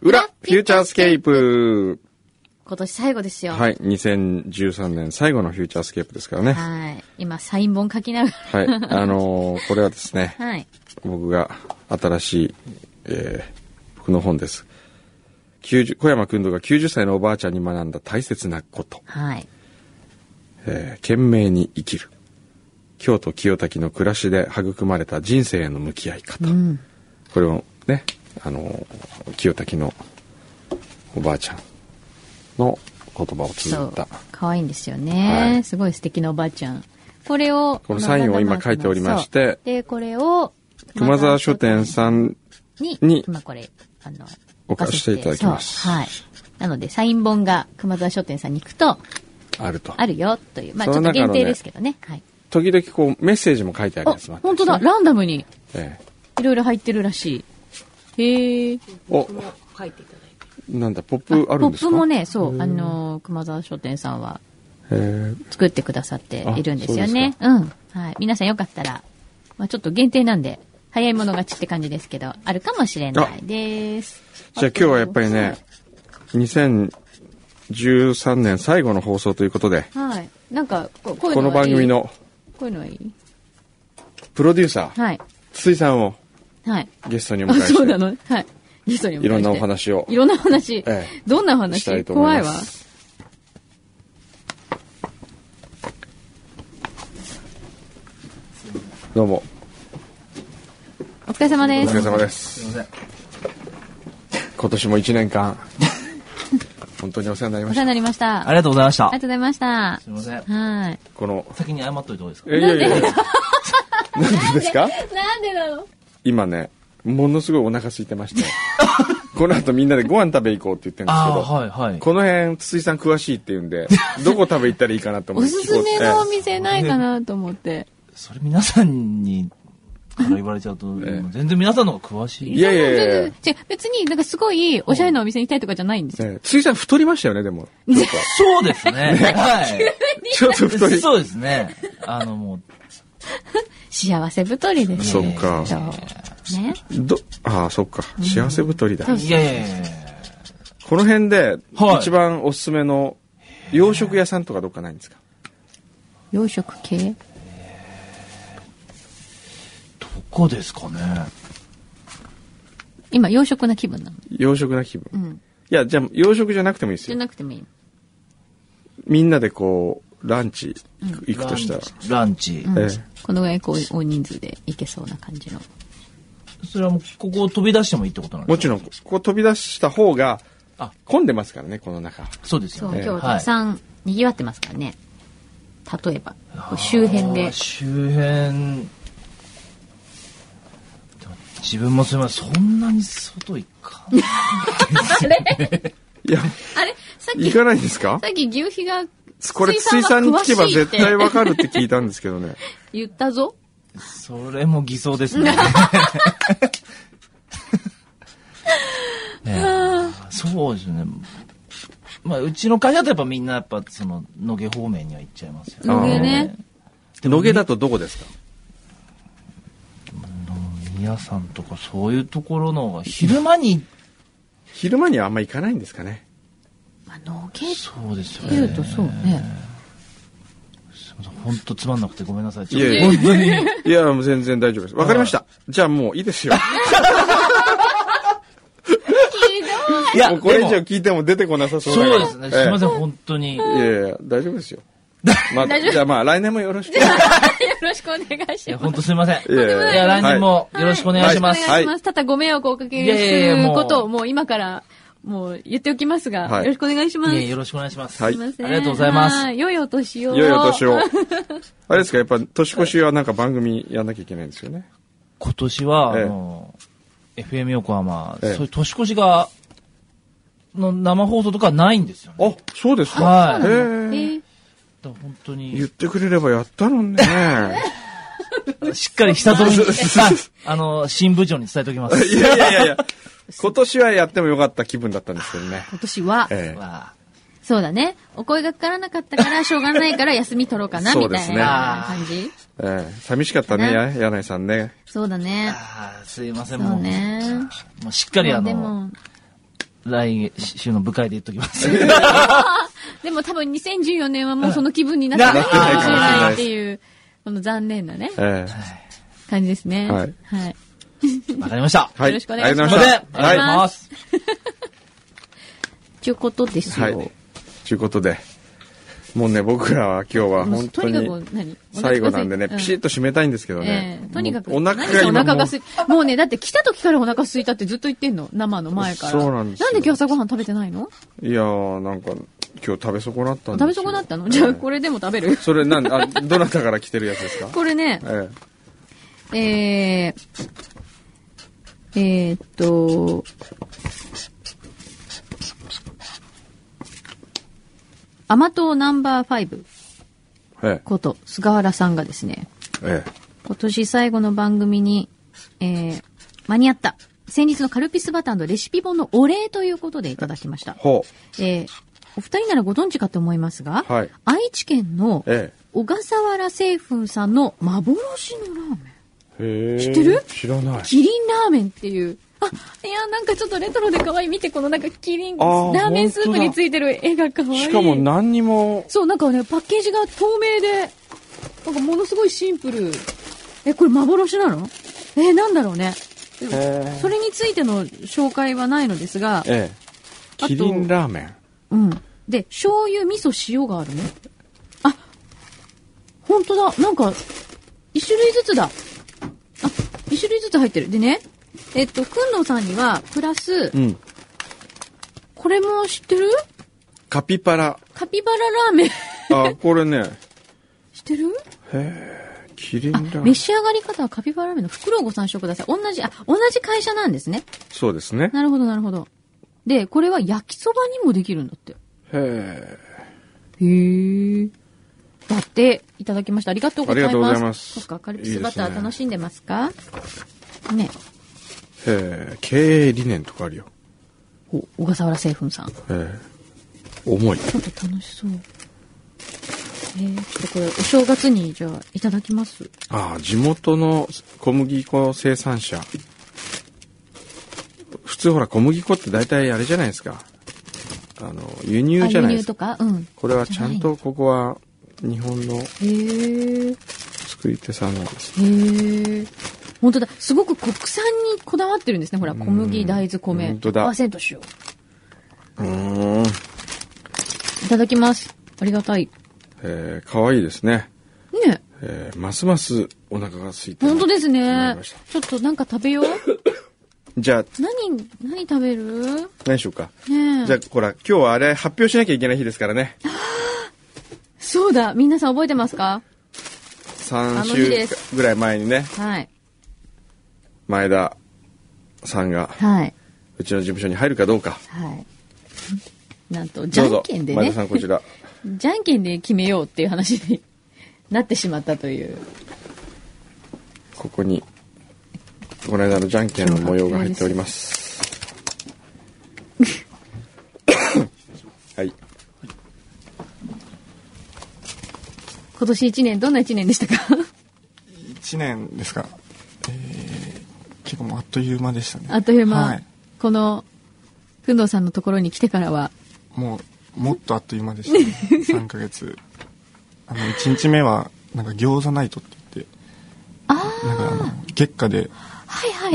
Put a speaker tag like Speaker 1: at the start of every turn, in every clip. Speaker 1: フューチャースケープ
Speaker 2: 今年最後ですよ。
Speaker 1: はい、2013年最後のフューチャースケープですからね。は
Speaker 2: はい。今、サイン本書きなが
Speaker 1: い、あのーこれはですね、
Speaker 2: ら。はい。
Speaker 1: 僕が新しい、えー僕の本です。90小山君とが90歳のおばあちゃんに学んだ大切なこと。
Speaker 2: はい。
Speaker 1: えー懸命に生きる京都清滝の暮らしで育まれた人生への向き合い方、
Speaker 2: ん
Speaker 1: これをねあの清滝のおばあちゃんの言葉を
Speaker 2: そ
Speaker 1: 綴っ
Speaker 2: う
Speaker 1: た。
Speaker 2: 可愛いんですよね。
Speaker 1: はい
Speaker 2: すごい素敵なおばあちゃん。これを。
Speaker 1: このサインを今書いておりまして
Speaker 2: そうで、これを。
Speaker 1: 熊沢書店さん
Speaker 2: に、
Speaker 1: に
Speaker 2: 今これ、あの、
Speaker 1: お貸ししていただきます
Speaker 2: そうはい。なので、サイン本が熊沢書店さんに行くと、
Speaker 1: あると
Speaker 2: あるよ、という。まあち
Speaker 1: そ
Speaker 2: ょっ
Speaker 1: の
Speaker 2: と
Speaker 1: 中のね
Speaker 2: 限定ですけどね。はい。
Speaker 1: 時々こうメッセージも書いてある
Speaker 2: あ
Speaker 1: やつもあ、った
Speaker 2: 本
Speaker 1: りして
Speaker 2: 当だ。ランダムに、
Speaker 1: ええ
Speaker 2: いろいろ入ってるらしい。へえ。
Speaker 1: お
Speaker 3: 書いていただいて。
Speaker 1: なんだポップあるんですか
Speaker 2: ポップもね、そう、あの、熊沢書店さんは
Speaker 1: え
Speaker 2: 作ってくださっているんですよね。うん。はい。皆さんよかったら、まあちょっと限定なんで、早い者勝ちって感じですけど、あるかもしれないです。
Speaker 1: えじゃあ今日はやっぱりね2013年最後の放送ということで
Speaker 2: はい。なんか、ここういう
Speaker 1: こ
Speaker 2: の
Speaker 1: の
Speaker 2: はい
Speaker 1: 番
Speaker 2: い
Speaker 1: 組。の
Speaker 2: こういうのはいい
Speaker 1: プロデューサー、
Speaker 2: はい。
Speaker 1: 筒井さんを
Speaker 2: はい。
Speaker 1: ゲストにお迎
Speaker 2: あ、
Speaker 1: えして、
Speaker 2: そうなのはい。ゲストにお迎えして
Speaker 1: いろんなお話を
Speaker 2: いろんなお話。
Speaker 1: ええ
Speaker 2: どんなお
Speaker 1: したい
Speaker 2: 話
Speaker 1: と思
Speaker 2: 怖
Speaker 1: い
Speaker 2: い
Speaker 1: ま
Speaker 2: わ。
Speaker 1: す。どうも、
Speaker 2: お疲れ様
Speaker 1: お
Speaker 2: です
Speaker 1: 疲れ。様です。
Speaker 4: すいま
Speaker 1: 今年も一年間、本当にお世話になり
Speaker 2: お
Speaker 1: まし た
Speaker 2: 世話に。なりました。
Speaker 4: ありがとうございました
Speaker 2: ありが。とうございました
Speaker 4: す。いません。
Speaker 2: はい。
Speaker 1: この、
Speaker 4: 先に謝っといてどうですか
Speaker 1: え、いやいやいや、なんでですか
Speaker 2: なんでなの
Speaker 1: 今ね、ものすごいお腹空いてまして、この後みんなでご飯食べ行こうって言ってるんですけ
Speaker 4: あ
Speaker 1: ど、
Speaker 4: あ、はいはい。
Speaker 1: この辺、筒井さん詳しいって言うんで、どこ食べ行ったらいいかなと思
Speaker 2: お
Speaker 1: って。
Speaker 2: すすめのお
Speaker 1: ええ
Speaker 2: 店ないかなと思 って。
Speaker 4: それ皆さんにから言われちゃうと、
Speaker 1: え
Speaker 4: 全然皆さんの方が詳し
Speaker 1: い
Speaker 4: い。
Speaker 1: やいやいやいや
Speaker 2: 違う、別になんかすごいおしゃれなお店に行きたいとかじゃないんですよ。
Speaker 1: ええ筒井さん太りましたよね、でも。
Speaker 4: そうですね。はい。
Speaker 1: ちょっと太り。
Speaker 4: そうですね。あのも
Speaker 2: 幸せ太りです
Speaker 1: そうか。
Speaker 2: よ。ね。
Speaker 1: ど、ああ、そっか。幸せ太りだ。
Speaker 4: う、いやいやいやいや
Speaker 1: この辺で
Speaker 4: はい、
Speaker 1: 一番おすすめの洋食屋さんとかどっかないんですか
Speaker 2: 洋食系
Speaker 4: どこですかね。
Speaker 2: 今、洋食な気分なの。
Speaker 1: 洋食な気分。
Speaker 2: うん。
Speaker 1: いや、じゃあ洋食じゃなくてもいいです
Speaker 2: じゃ
Speaker 1: よ。
Speaker 2: なくてもいい。
Speaker 1: みんなでこう、ランチ行く行くとしたら。
Speaker 4: ランチ。
Speaker 2: うん
Speaker 1: ええ
Speaker 2: このぐらいこう、大人数で行けそうな感じの。
Speaker 4: それはもう、ここを飛び出してもいいってことなんで
Speaker 1: も
Speaker 4: す
Speaker 1: ちろん、ここ飛び出した方が
Speaker 4: あ、
Speaker 1: 混んでますからね、この中。
Speaker 4: そうです
Speaker 2: そ
Speaker 4: よ
Speaker 2: う、
Speaker 4: ね。
Speaker 2: 今日たくさん賑わってますからね。例えば、こう周辺
Speaker 4: あ
Speaker 2: で
Speaker 4: ー。周辺でも自分もすみませんそんなに外行かない
Speaker 1: いや、
Speaker 2: あれさっき、
Speaker 1: 行
Speaker 2: さ
Speaker 1: かないんです か
Speaker 2: っき牛皮が、
Speaker 1: これ、筒井さんに聞けば絶対わかるって聞いたんですけどね。
Speaker 2: 言ったぞ。
Speaker 4: それも偽装ですねいやーそうですねまあうちの会社だとやっぱみんなやっぱその野毛方面には行っちゃいますよね
Speaker 2: 野毛ね。
Speaker 1: 野毛だとどこですか
Speaker 4: 宮さんとかそういうところの方が昼間に
Speaker 1: 昼間にはあんま行かないんですかね。
Speaker 2: まあ、農系っ
Speaker 4: そうですよ
Speaker 2: て言う
Speaker 4: ね
Speaker 2: とそうね。
Speaker 4: 本当つまんなくてごめんなさいちょっ
Speaker 1: いや
Speaker 4: と
Speaker 1: いや
Speaker 4: 本当に
Speaker 1: いや、もう全然大丈夫です。わかりました。じゃあもういいですよ。
Speaker 4: いや
Speaker 1: もうこれ以
Speaker 4: で
Speaker 1: 上
Speaker 4: も
Speaker 1: 聞いても出てこなさそう
Speaker 4: そうですね。すいませ
Speaker 1: ん。
Speaker 4: ん、本当
Speaker 1: ええ
Speaker 4: に。
Speaker 1: いやいや、大丈夫 ですよ。まあ、じゃあまあ、来年もよろしく。
Speaker 2: よろしくお願い
Speaker 4: い
Speaker 2: し
Speaker 4: や、
Speaker 2: ます。
Speaker 4: 本当すいません。い
Speaker 1: いやいやいや
Speaker 4: や、来年もよろしくお願いします。
Speaker 2: お
Speaker 1: はい
Speaker 2: 願いします。ただご迷惑をおかけ
Speaker 4: いやいやいや
Speaker 2: する
Speaker 4: もう
Speaker 2: ことをもう今からもう言っておきますが、
Speaker 1: はい
Speaker 2: よろしくお願いします。
Speaker 4: いや、よろしくお願いします。
Speaker 1: はい
Speaker 2: すいません
Speaker 4: ありがとうございます
Speaker 2: は良いお年を。
Speaker 1: 良いお年 を。あれですか、やっぱ年越しはなんか番組やんなきゃいけないんですよね。
Speaker 4: 今年は、
Speaker 1: ええ
Speaker 4: あの、FM 横浜、
Speaker 1: ええ
Speaker 4: そういう年越しが、の生放送とかはないんですよね。
Speaker 1: あ、そうですか。
Speaker 4: はい
Speaker 1: へ
Speaker 2: え
Speaker 1: え
Speaker 2: ー
Speaker 4: だから本当
Speaker 1: 言っ
Speaker 4: に、
Speaker 1: てくれればやったのにね。
Speaker 4: しっかり下取りに、ああの、新部長に伝えておきま
Speaker 1: い
Speaker 4: す。
Speaker 1: やいやいやいや。 今年はやってもよかった気分だったんですけどね。
Speaker 2: 今年は、
Speaker 1: ええ
Speaker 4: わあ
Speaker 2: そうだね。お声がかからなかったから、しょうがないから休み取ろうかな、
Speaker 1: そ
Speaker 2: み
Speaker 1: うで
Speaker 2: た
Speaker 1: す
Speaker 2: い
Speaker 1: ね
Speaker 2: な感じ。
Speaker 1: ええ寂しかったね、
Speaker 2: か
Speaker 1: や柳井さんね。
Speaker 2: そうだね。
Speaker 4: ああすいませ
Speaker 2: そ
Speaker 4: ん、も
Speaker 2: う
Speaker 4: う。
Speaker 2: ね。
Speaker 4: もうしっかりあ
Speaker 2: まあで
Speaker 4: の、
Speaker 2: も、
Speaker 4: 来週の部会で言っときます。
Speaker 2: でも多分2014年はもうその気分になってないかもしれないっていう、この残念なね、えー、感じですね。はい。はい。
Speaker 4: わかりました。
Speaker 2: よろしくお願いします。
Speaker 4: はい、ありがとうございます。
Speaker 2: ちゅうことですよ。はい。
Speaker 1: ちゅうことで。もうね、僕らは今日は本当に最後なんでね、ピシッと締めたいんですけどね。
Speaker 2: えー、とにかく、
Speaker 1: お腹がお
Speaker 2: 腹がすい。もうね、だって来た時からお腹すいたってずっと言ってんの、生の前から。
Speaker 1: そうなんです。
Speaker 2: なんで今日朝ごはん食べてないの
Speaker 1: いやー、なんか、今日食べ損なったん
Speaker 2: です食べ損なったの、えー、じゃあこれでも食べる
Speaker 1: それなん あ、どなたから来てるやつですか
Speaker 2: これね、えー、えー、えー、っと、甘党ナンバー5、ええこと菅原さんがですね、ええ、今年最後の番組に、えー、間に合った先日のカルピスバターのレシピ本のお礼ということでいただきました。
Speaker 1: ほ
Speaker 2: うえー、お二人ならご存知かと思いますが、はい、愛知県の小笠原製粉さんの幻のラーメン。知ってる
Speaker 1: 知らない。
Speaker 2: キリンラーメンっていう。あ、いや、なんかちょっとレトロで可愛い。見て、このなんかキリン、ラーメンスープについてる絵が可愛い。
Speaker 1: しかも何にも。
Speaker 2: そう、なんかね、パッケージが透明で、なんかものすごいシンプル。え、これ幻なのえー、なんだろうね。それについての紹介はないのですが、
Speaker 1: ええ、キリンラーメ
Speaker 2: ン。うん。で、醤油、味噌、塩があるね。あ、本当だ。なんか、一種類ずつだ。あ、一種類ずつ入ってる。でね、えっと、くんのさんには、プラス、うん、これも知ってる
Speaker 1: カピバラ。
Speaker 2: カピバララーメン
Speaker 1: あ、これね。
Speaker 2: 知ってる
Speaker 1: へえ、キリンラーメン。
Speaker 2: 召し上がり方はカピバララーメンの袋をご参照ください。同じ、あ、同じ会社なんですね。
Speaker 1: そうですね。
Speaker 2: なるほど、なるほど。で、これは焼きそばにもできるんだって。
Speaker 1: へ
Speaker 2: え。へえ。だって、いただきました。ありがとうございます。ありがとうございます。そっか、カルピスバター楽しんでますかねね
Speaker 1: えー、経営理念とかあるよ
Speaker 2: お小笠原製粉さん
Speaker 1: ええー、重い
Speaker 2: ちょっと楽しそうえー、ちょっとこれお正月にじゃあいただきます
Speaker 1: ああ地元の小麦粉生産者普通ほら小麦粉って大体あれじゃないですかあの輸入じゃないです
Speaker 2: か輸入とか、うん、
Speaker 1: これはちゃんとここは日本の作り手さんなんです
Speaker 2: ねへえ本当だ。すごく国産にこだわってるんですね。ほら、小麦、大豆、米。
Speaker 1: 本当だ。
Speaker 2: 100%使用。
Speaker 1: うん。
Speaker 2: いただきます。ありがたい。
Speaker 1: えー、かわいいですね。
Speaker 2: ね
Speaker 1: えー、ますますお腹が空いて
Speaker 2: 本当ですね。ちょっとなんか食べ よう。
Speaker 1: じゃあ。
Speaker 2: 何、何食べる
Speaker 1: 何しようか。
Speaker 2: ね
Speaker 1: じゃあ、ほら、今日はあれ発表しなきゃいけない日ですからね。
Speaker 2: そうだ。皆さん覚えてますか
Speaker 1: ?3 週ぐらい前にね。
Speaker 2: はい。
Speaker 1: 前田さんが、
Speaker 2: はい、
Speaker 1: うちの事務所に入るかどうか。
Speaker 2: はい、なんと、じゃんけんでね。
Speaker 1: 前田さんこちら。
Speaker 2: じゃんけんで決めようっていう話になってしまったという。
Speaker 1: ここに、この間のじゃんけんの模様が入っております。はい。
Speaker 2: 今年一年、どんな一年でしたか
Speaker 3: 一年ですか結構あっという間でしたね
Speaker 2: あっという間、はい、この工藤さんのところに来てからは
Speaker 3: もうもっとあっという間でしたね 3ヶ月あの1日目はなんか餃子ナイトって言って
Speaker 2: あ
Speaker 3: なんかあの月下で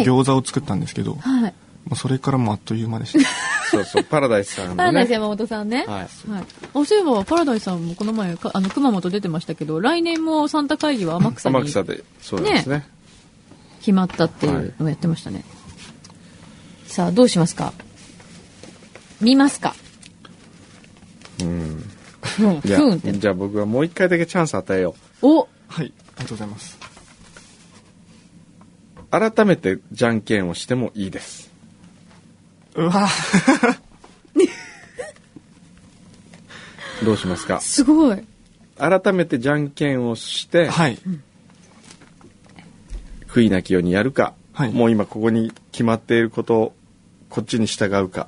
Speaker 3: 餃子を作ったんですけど、
Speaker 2: はいはい、も
Speaker 3: うそれからもあっという間でし た、ね、
Speaker 1: そうそうパラダイスさんの、ね、
Speaker 2: パラダイス山本さんね
Speaker 1: はい、
Speaker 2: はい、あそういえばパラダイスさんもこの前あの熊本出てましたけど来年もサンタ会議は天草に
Speaker 1: 天草でそうですね,ね
Speaker 2: 決まったっていうのをやってましたね、はい、さあどうしますか見ますか
Speaker 1: うん、
Speaker 2: うん、
Speaker 1: じゃあじゃあ僕はもう一回だけチャンス与えよ
Speaker 2: うお
Speaker 3: はいありがとうございます
Speaker 1: 改めてじゃんけんをしてもいいです
Speaker 3: うわ
Speaker 1: どうしますか
Speaker 2: すごい
Speaker 1: 改めてじゃんけんをして
Speaker 3: はい、うん
Speaker 1: 悔いなきようにやるか、
Speaker 3: はい、
Speaker 1: もう今ここに決まっていることをこっちに従うか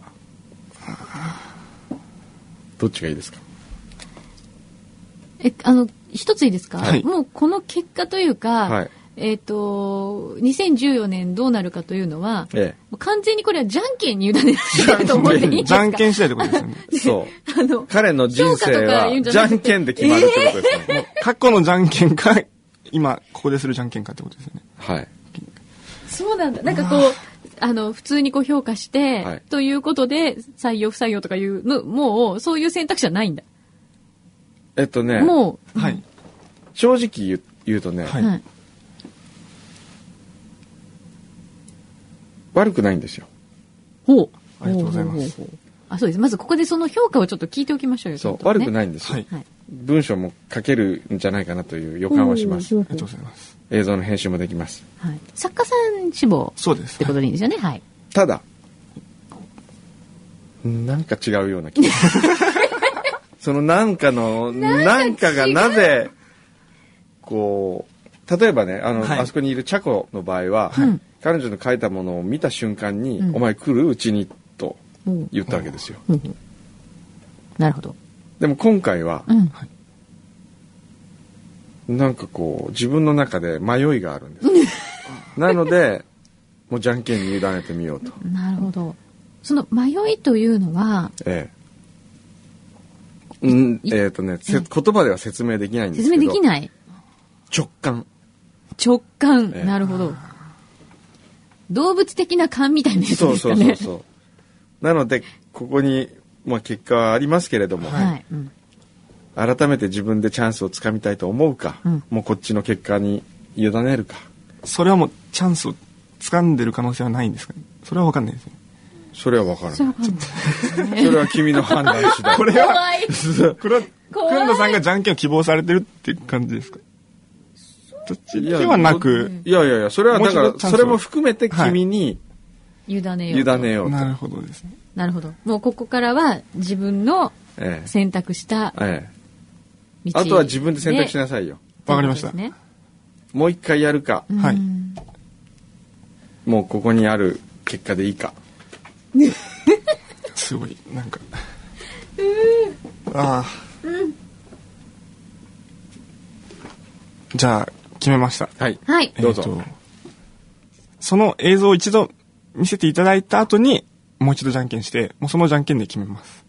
Speaker 1: どっちがいいですか
Speaker 2: えあの一ついいですか、
Speaker 1: はい、
Speaker 2: もうこの結果というか、
Speaker 1: はい、
Speaker 2: えっ、と、2014年どうなるかというのは、
Speaker 1: え
Speaker 2: もう完全にこれはじゃんけんに委ねてると思っていいです
Speaker 3: じ
Speaker 2: か
Speaker 3: ゃんけん次第ってことですよね。
Speaker 1: え。そう。
Speaker 2: あの、
Speaker 1: 彼の人生
Speaker 2: 評価とか
Speaker 1: は
Speaker 2: 言うんじゃ
Speaker 1: じ
Speaker 2: な
Speaker 1: ゃ
Speaker 2: くて
Speaker 1: んけんで決まるってことですね。
Speaker 3: 過去のじゃんけんか、今、ここでするじゃんけんかってことですよね。
Speaker 1: はい。
Speaker 2: そうなんだ。なんかこう、あの、普通にこう評価して、
Speaker 1: はい
Speaker 2: ということで、採用不採用とかいうの、もう、そういう選択肢はないんだ。
Speaker 1: えっとね、
Speaker 2: も
Speaker 3: はい。
Speaker 1: 正直言う言うとね、
Speaker 2: う、
Speaker 3: は
Speaker 2: はいい。
Speaker 1: 悪くないんですよ。
Speaker 2: ほう。
Speaker 3: ありがとうございます
Speaker 2: ほうほうほうほう。あ、そうです。まずここでその評価をちょっと聞いておきましょうよ。
Speaker 1: そう、
Speaker 2: ちょっと
Speaker 1: 悪
Speaker 2: ね
Speaker 1: くないんですよ。
Speaker 3: はい。あ
Speaker 2: はい。
Speaker 1: 文章も書けるんじゃないかなという予感はします。
Speaker 2: ほう
Speaker 3: り
Speaker 2: ほう
Speaker 3: がと
Speaker 2: ほ
Speaker 3: うございます。
Speaker 1: 映像の編集もできます。
Speaker 2: うはい。作家さん志望っ
Speaker 3: そうです。
Speaker 2: てことでいいんですよね。はい。
Speaker 1: ただ、なんか違うような気 がするそのなんかの、なんかがなぜ、こう、例えばね、あの、
Speaker 3: はい
Speaker 1: あそこにいるチャコの場合は、
Speaker 2: はい
Speaker 1: 彼女の書いたものを見た瞬間に、
Speaker 2: うん
Speaker 1: お前来るうちに、と
Speaker 2: ほう
Speaker 1: 言ったわけですよ。
Speaker 2: ほうほうなるほど。
Speaker 1: でも今回は
Speaker 2: う、ん。
Speaker 1: なんかこう、自分の中で迷いがあるん です。なので、もうじゃんけんに委ねてみようと。
Speaker 2: なるほど。その迷いというのは、
Speaker 1: ええ。うん、えっ、とね、せ
Speaker 2: え
Speaker 1: 言葉では説明できないんです
Speaker 2: 説
Speaker 1: けど。
Speaker 2: 明できない。
Speaker 1: 直感。
Speaker 2: 直感、
Speaker 1: ええ
Speaker 2: なるほど動物的な勘みたいなやつですか
Speaker 1: そ
Speaker 2: ね
Speaker 1: うそうそうそう。なので、ここに、まあ結果はありますけれども、
Speaker 2: はい、うん
Speaker 1: 改めて自分でチャンスをつかみたいと思うか、
Speaker 2: うん
Speaker 1: もうこっちの結果に委ねるか。
Speaker 3: それはもう、チャンスを掴んでる可能性はないんですかね。それはわかんないですね。
Speaker 1: それはわからない。
Speaker 2: そ
Speaker 1: そう
Speaker 2: かも
Speaker 1: れは君の判断次第。
Speaker 3: これは、
Speaker 2: 怖い
Speaker 3: これは、
Speaker 2: 怖い
Speaker 3: くんどさんがじゃんけんを希望されてるっていう感じですか そっち
Speaker 1: い
Speaker 3: で
Speaker 1: や
Speaker 3: はな
Speaker 1: う
Speaker 3: く、
Speaker 1: んいやいやいや、それはだか
Speaker 3: もうちょ
Speaker 1: ら、
Speaker 3: っとチャン
Speaker 1: そ
Speaker 3: ス
Speaker 1: れ
Speaker 3: を
Speaker 1: も含めて君に
Speaker 2: 委ねよう
Speaker 1: 委ねようと。
Speaker 3: なるほどですね。
Speaker 2: なるほどもうここからは自分の
Speaker 1: ええ。
Speaker 2: 選択した
Speaker 1: ええ。
Speaker 2: 道
Speaker 1: あとは自分で選択し
Speaker 2: い
Speaker 1: なさいよ。
Speaker 3: わかりました。
Speaker 2: ね
Speaker 1: もう一回やるか、
Speaker 3: は
Speaker 2: う
Speaker 3: い。
Speaker 2: ん
Speaker 1: もうここにある結果でいいか。
Speaker 3: すごい、なんか。ああ。じゃあ、決めました。
Speaker 1: はい。
Speaker 2: はい
Speaker 1: どうぞ
Speaker 3: えーとその映像を一度見せていただいた後に、もう一度じゃんけんして、もうそのじゃんけんで決めます。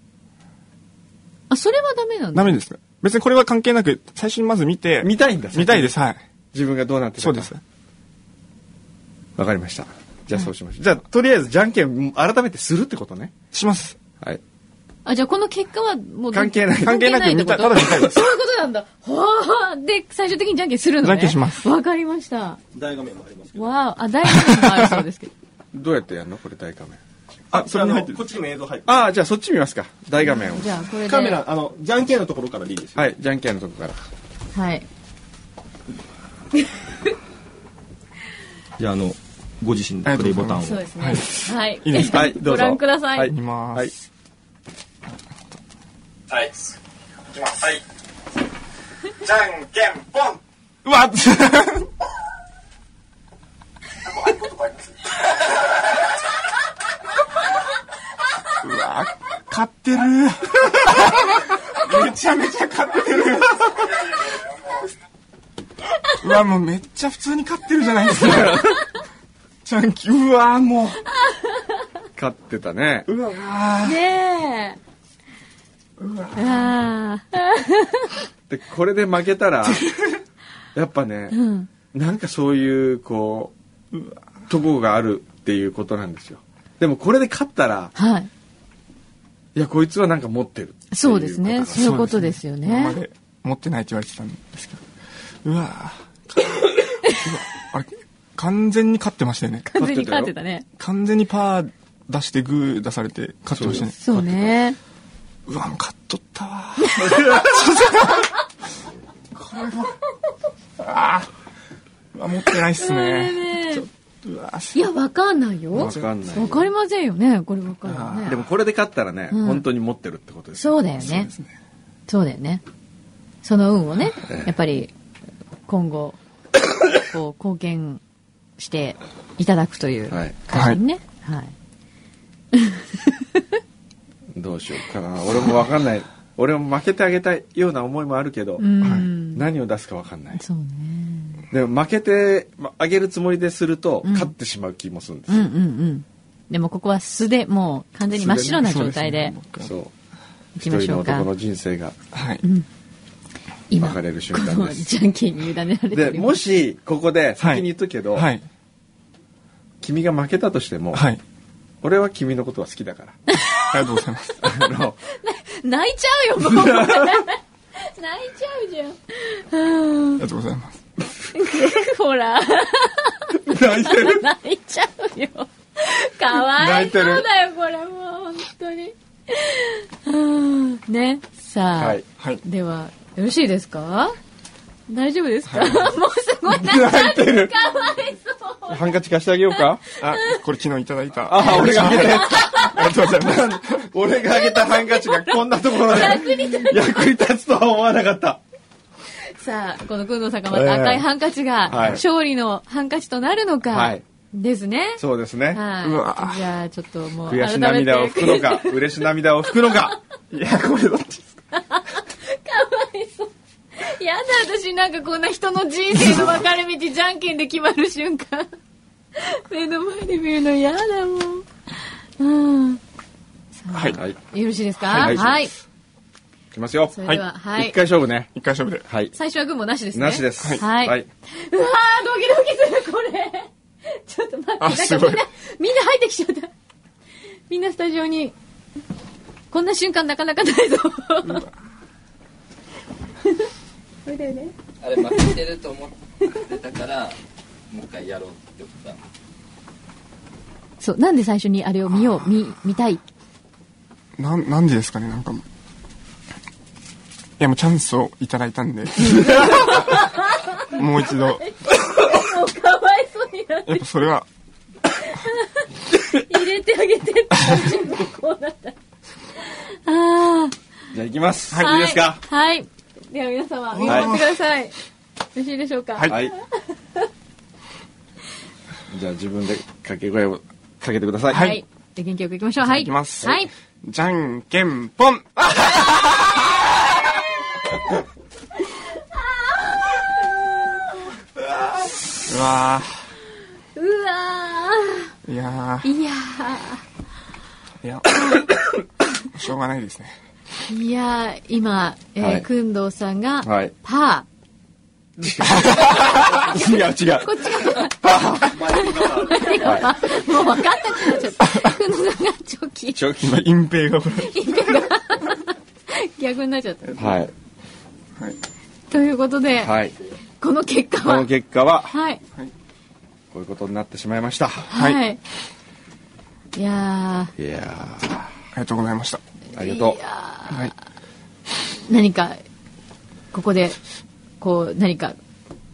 Speaker 2: あそれはダメなんだ
Speaker 3: ダメですか別にこれは関係なく、最初にまず見て、
Speaker 1: 見たいんだ。。
Speaker 3: 見たいですす、はい。
Speaker 1: 自分がどうなってたか
Speaker 3: そうです。。
Speaker 1: わかりました。じゃあそうしましょう。じゃあとりあえずじゃんけん改めてするってことね。
Speaker 3: します。
Speaker 1: はい。
Speaker 2: あじゃあこの結果はもう
Speaker 1: 関係ない
Speaker 3: 関係なく
Speaker 2: って
Speaker 3: 見
Speaker 2: こ
Speaker 3: た、
Speaker 2: と
Speaker 3: ただ見たいです
Speaker 2: そ。ういうことなんだはあで最終的にじゃんけんするのね
Speaker 3: じゃんけんします
Speaker 2: わかりました
Speaker 5: 大画面もありますけど。
Speaker 2: わああ大丈夫もありそうですけど
Speaker 1: どうやってやるのこれ大画面。
Speaker 5: あ、
Speaker 3: それに入ってる
Speaker 5: あのこっちにも映像入ってる。
Speaker 1: ああ、じゃあそっち見ますか。大画面を。
Speaker 2: じゃあこれで
Speaker 5: カメラ、あの、じゃんけんのところからでいいですよ。
Speaker 1: はい、じゃんけんのとこから。
Speaker 2: はい
Speaker 5: じゃあ、あの、ご自身
Speaker 3: でプレイボタンを
Speaker 2: そうですね。はい。
Speaker 3: いいです
Speaker 1: か はいどうぞ
Speaker 2: ご覧ください。
Speaker 1: はい
Speaker 3: 見ま
Speaker 1: はい
Speaker 3: す。。
Speaker 6: はい。いきます。はい。じゃんけんぽん
Speaker 3: うわっうわ勝ってるめちゃめちゃ勝ってるうわもうめっちゃ普通に勝ってるじゃないですかちゃんきうわも
Speaker 1: 勝ってたね。
Speaker 3: ううわ
Speaker 2: ねえ。ああ。
Speaker 1: で、これで負けたら、 やっぱね、
Speaker 2: うん。
Speaker 1: なんかそういう、こう、とこがあるっていうことなんですよ。でもこれで勝ったら、
Speaker 2: はい。
Speaker 1: いや、こいつはなんか持ってるっていことが。
Speaker 2: そうですね。そういうことですよ
Speaker 3: 今ま
Speaker 2: ね。
Speaker 3: で持ってないって言われてたんですけどうわうわあれ完全に勝ってましたよね
Speaker 2: 完全に勝ってたね。
Speaker 3: 完全にパー出してグー出されて勝ってましたね
Speaker 2: そうね。
Speaker 3: うわもう勝っとったわこれもあーうわ持ってないっすね
Speaker 2: ねえ
Speaker 3: うわ
Speaker 2: いや、わかんないよ。
Speaker 1: わかんない
Speaker 2: わかりませんよね。これわかるよ
Speaker 1: で
Speaker 2: ね。
Speaker 1: もこれで勝ったらね、
Speaker 2: うん
Speaker 1: 本当に持ってるってことですよ。
Speaker 2: そうだよね。そうだよね。その運をね、やっぱり、今後、こう、貢献していただくという
Speaker 1: はい。
Speaker 2: 感じにね。はい。
Speaker 1: どうしようかな。俺もわかんない。 俺も負けてあげたいような思いもあるけど、
Speaker 2: うん。
Speaker 1: 何を出すか分かんない
Speaker 2: そうね。
Speaker 1: でも負けてまあげるつもりですると、
Speaker 2: うん
Speaker 1: 勝ってしまう気もするんで
Speaker 2: う
Speaker 1: す
Speaker 2: んう
Speaker 1: よ、
Speaker 2: んうん。でもここは素でもう完全に真っ白な状態で
Speaker 1: そう
Speaker 2: いき
Speaker 1: 一
Speaker 2: まし
Speaker 1: 人の
Speaker 2: ょうか
Speaker 1: 男。の人生が
Speaker 3: はい。
Speaker 2: 今、こ
Speaker 1: 別れる瞬間
Speaker 2: の
Speaker 1: です
Speaker 2: じゃんけんに委ねられて
Speaker 1: で
Speaker 2: る。
Speaker 1: もしここで先に言っとくけど、
Speaker 3: はい。
Speaker 1: 君が負けたとしても、
Speaker 3: はい。
Speaker 1: 俺は君のことは好きだから
Speaker 3: ありがとうございます。
Speaker 1: あの
Speaker 2: 泣いちゃうよ、 もう。泣いちゃうじゃん。
Speaker 3: ありがとうございます。
Speaker 2: ほら。
Speaker 1: 泣いてる
Speaker 2: 泣いちゃうよ。かわいそうだよ、これもう、本当に。うんね、さあ、
Speaker 1: はい
Speaker 3: はい。
Speaker 2: では、よろしいですか大丈夫ですか、 もうすごい泣いちゃう。かわいそう。
Speaker 1: ハンカチ貸してあげようか
Speaker 3: あ、これ昨日いただいた。
Speaker 1: あ俺があげた
Speaker 3: ありがとうございます。
Speaker 1: 俺があげたハンカチがこんなところで 役に立つとは思わなかった
Speaker 2: さあ、このくんの坂
Speaker 1: ええ
Speaker 2: 本赤いハンカチが、
Speaker 1: はい
Speaker 2: 勝利のハンカチとなるのか、
Speaker 1: はい
Speaker 2: ですね。
Speaker 1: そうですね
Speaker 2: はいう
Speaker 3: わ
Speaker 2: じゃあ、ちょっともう、
Speaker 1: 悔し涙を拭くの か嬉し涙を拭くのか
Speaker 3: いや、これどっち
Speaker 2: やだ、私なんかこんな人の人生の分かれ道、じゃんけんで決まる瞬間。目の前で見るの嫌だもん。うん。よ
Speaker 3: はい。
Speaker 1: はいい
Speaker 2: ろしいですか
Speaker 1: は
Speaker 2: はいい。
Speaker 1: きますよ
Speaker 2: それでは、はい。
Speaker 1: 一回勝負ね
Speaker 3: 一回勝負で。
Speaker 1: はい
Speaker 2: 最初は群もなしですね。
Speaker 1: なしです
Speaker 2: はい。
Speaker 1: はい、
Speaker 2: うわー、ドキドキする、これ。ちょっと
Speaker 3: あ
Speaker 2: 待って、な
Speaker 3: す
Speaker 2: んかみ
Speaker 3: ごい
Speaker 2: んな、みんな入ってきちゃった。みんなスタジオに、こんな瞬間なかなかないぞ。
Speaker 7: あれ負けてると思ってたからもう一回やろうってことだ
Speaker 2: そう、なんで最初にあれを見よう、見、見たい。
Speaker 3: なん、なんでですかね、なんか。いや、もうチャンスをいただいた んで。もう一度。
Speaker 2: もうかわいそうにな
Speaker 3: やっぱそれは、
Speaker 2: 入れてあげて って準備こうなった。あ
Speaker 1: じゃあいきます
Speaker 2: あ。
Speaker 1: はい、いいですか
Speaker 2: はい。では皆様、見守ってください。よろしいでしょうか
Speaker 3: はい
Speaker 1: はいじゃあ自分で掛け声をかけてください
Speaker 2: はい。じゃあ元気よくいきましょう。はい。
Speaker 3: いきます
Speaker 2: はい。
Speaker 3: じゃんけんぽんあうわ
Speaker 2: うわ
Speaker 3: ーいや
Speaker 2: ー。いや
Speaker 3: ーいやしょうがないですね
Speaker 2: ー。いやー、今、え
Speaker 1: は
Speaker 2: ー、
Speaker 1: い
Speaker 2: くんどうさんが、
Speaker 1: はい
Speaker 2: パ
Speaker 1: 違う違う
Speaker 2: ー。こっちがパー。もう分かったくなっち ゃった。くんどうさんがチョキ。
Speaker 1: ちょき
Speaker 3: 今隠蔽がこ
Speaker 2: 逆になっちゃった。
Speaker 1: はい
Speaker 2: ということで、
Speaker 1: はい
Speaker 2: この結果
Speaker 1: こ
Speaker 2: は
Speaker 1: の、結果は
Speaker 2: はい。
Speaker 1: こういうことになってしまいました
Speaker 2: はい。、
Speaker 3: はい
Speaker 1: い
Speaker 2: や
Speaker 1: やー
Speaker 3: ありがとうございました
Speaker 1: ありがとう
Speaker 3: はい
Speaker 2: ー何かここでこう何か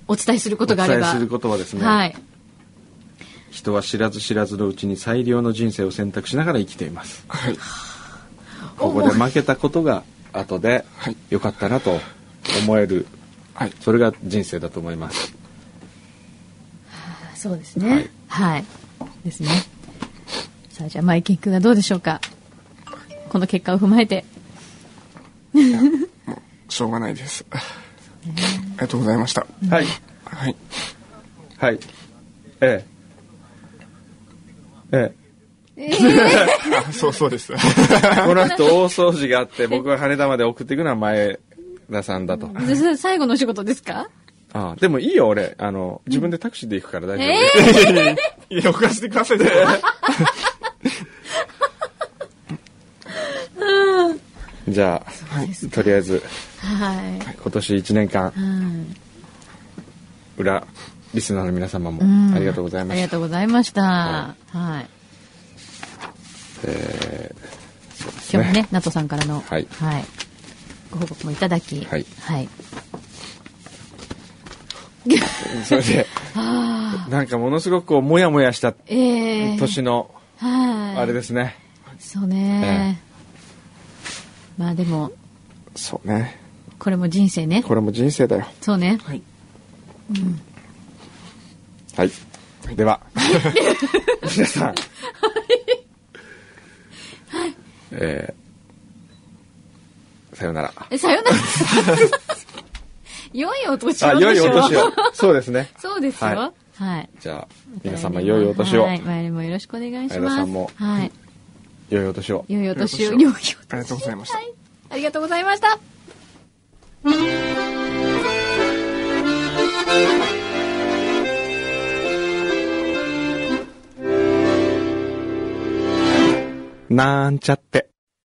Speaker 2: お伝えするこ
Speaker 1: お
Speaker 2: とがあれ
Speaker 1: 伝え
Speaker 2: ば
Speaker 1: することはですね、
Speaker 2: はい
Speaker 1: 人は知らず知らずのうちに最良の人生を選択しながら生きています、ここで負けたことが後で
Speaker 3: はい
Speaker 1: 良かったなと思える
Speaker 3: はい
Speaker 1: それが人生だと思います
Speaker 2: そうですねはい、ですねさあじゃあマイケン君はどうでしょうかこの結果を踏まえて
Speaker 3: しょうがないですありがとうございました
Speaker 1: はい
Speaker 3: はい
Speaker 1: はいええ え
Speaker 3: あそうそうです
Speaker 1: え、この人大掃除があって僕は羽田まで送っていくのは前田さんだと
Speaker 2: ずず最後のお仕事ですか
Speaker 1: ああでもいいよ俺あの自分でタクシーで行くから大丈夫、
Speaker 2: え
Speaker 3: いやおかしてくださいね
Speaker 1: じゃあ、とりあえず
Speaker 2: はい、
Speaker 1: 今年1年間
Speaker 2: うん
Speaker 1: 裏リスナーの皆様
Speaker 2: う
Speaker 1: も
Speaker 2: ん
Speaker 1: ありがとうございま
Speaker 2: あり
Speaker 1: し
Speaker 2: が
Speaker 1: た、
Speaker 2: とうございました
Speaker 1: は
Speaker 2: はい
Speaker 1: え
Speaker 2: 今日もね、ナトさんからの、
Speaker 1: はい
Speaker 2: ご報告もいただき、
Speaker 1: はい
Speaker 2: はい。
Speaker 1: ーそれでなんかものすごくこうモヤモヤした
Speaker 2: えー、
Speaker 1: 年の
Speaker 2: はい。
Speaker 1: あれですね、
Speaker 2: そうね、まあでも、
Speaker 1: そうね
Speaker 2: これも人生ね。
Speaker 1: これも人生だよ
Speaker 2: そうね。
Speaker 1: はいで は皆さん、えーさよなら。
Speaker 2: え、さよなら。 良いお年
Speaker 1: あ、
Speaker 2: をでしょ。
Speaker 1: 良いお年を。 そうですね。
Speaker 2: そうです
Speaker 1: はい
Speaker 2: よ。はい。
Speaker 1: じゃあ、皆様良いお年を。
Speaker 2: はい。マイルもよろしくお願いし
Speaker 1: 前田
Speaker 2: ます。
Speaker 1: さんも
Speaker 2: はい。
Speaker 1: 良いお年を。
Speaker 2: 良いお年を。
Speaker 3: 良
Speaker 2: 良
Speaker 3: い
Speaker 2: い
Speaker 3: お
Speaker 2: お
Speaker 3: 年
Speaker 2: 年
Speaker 3: をありがとうございました
Speaker 2: はい。 ありがとうございました。
Speaker 1: なんちゃって。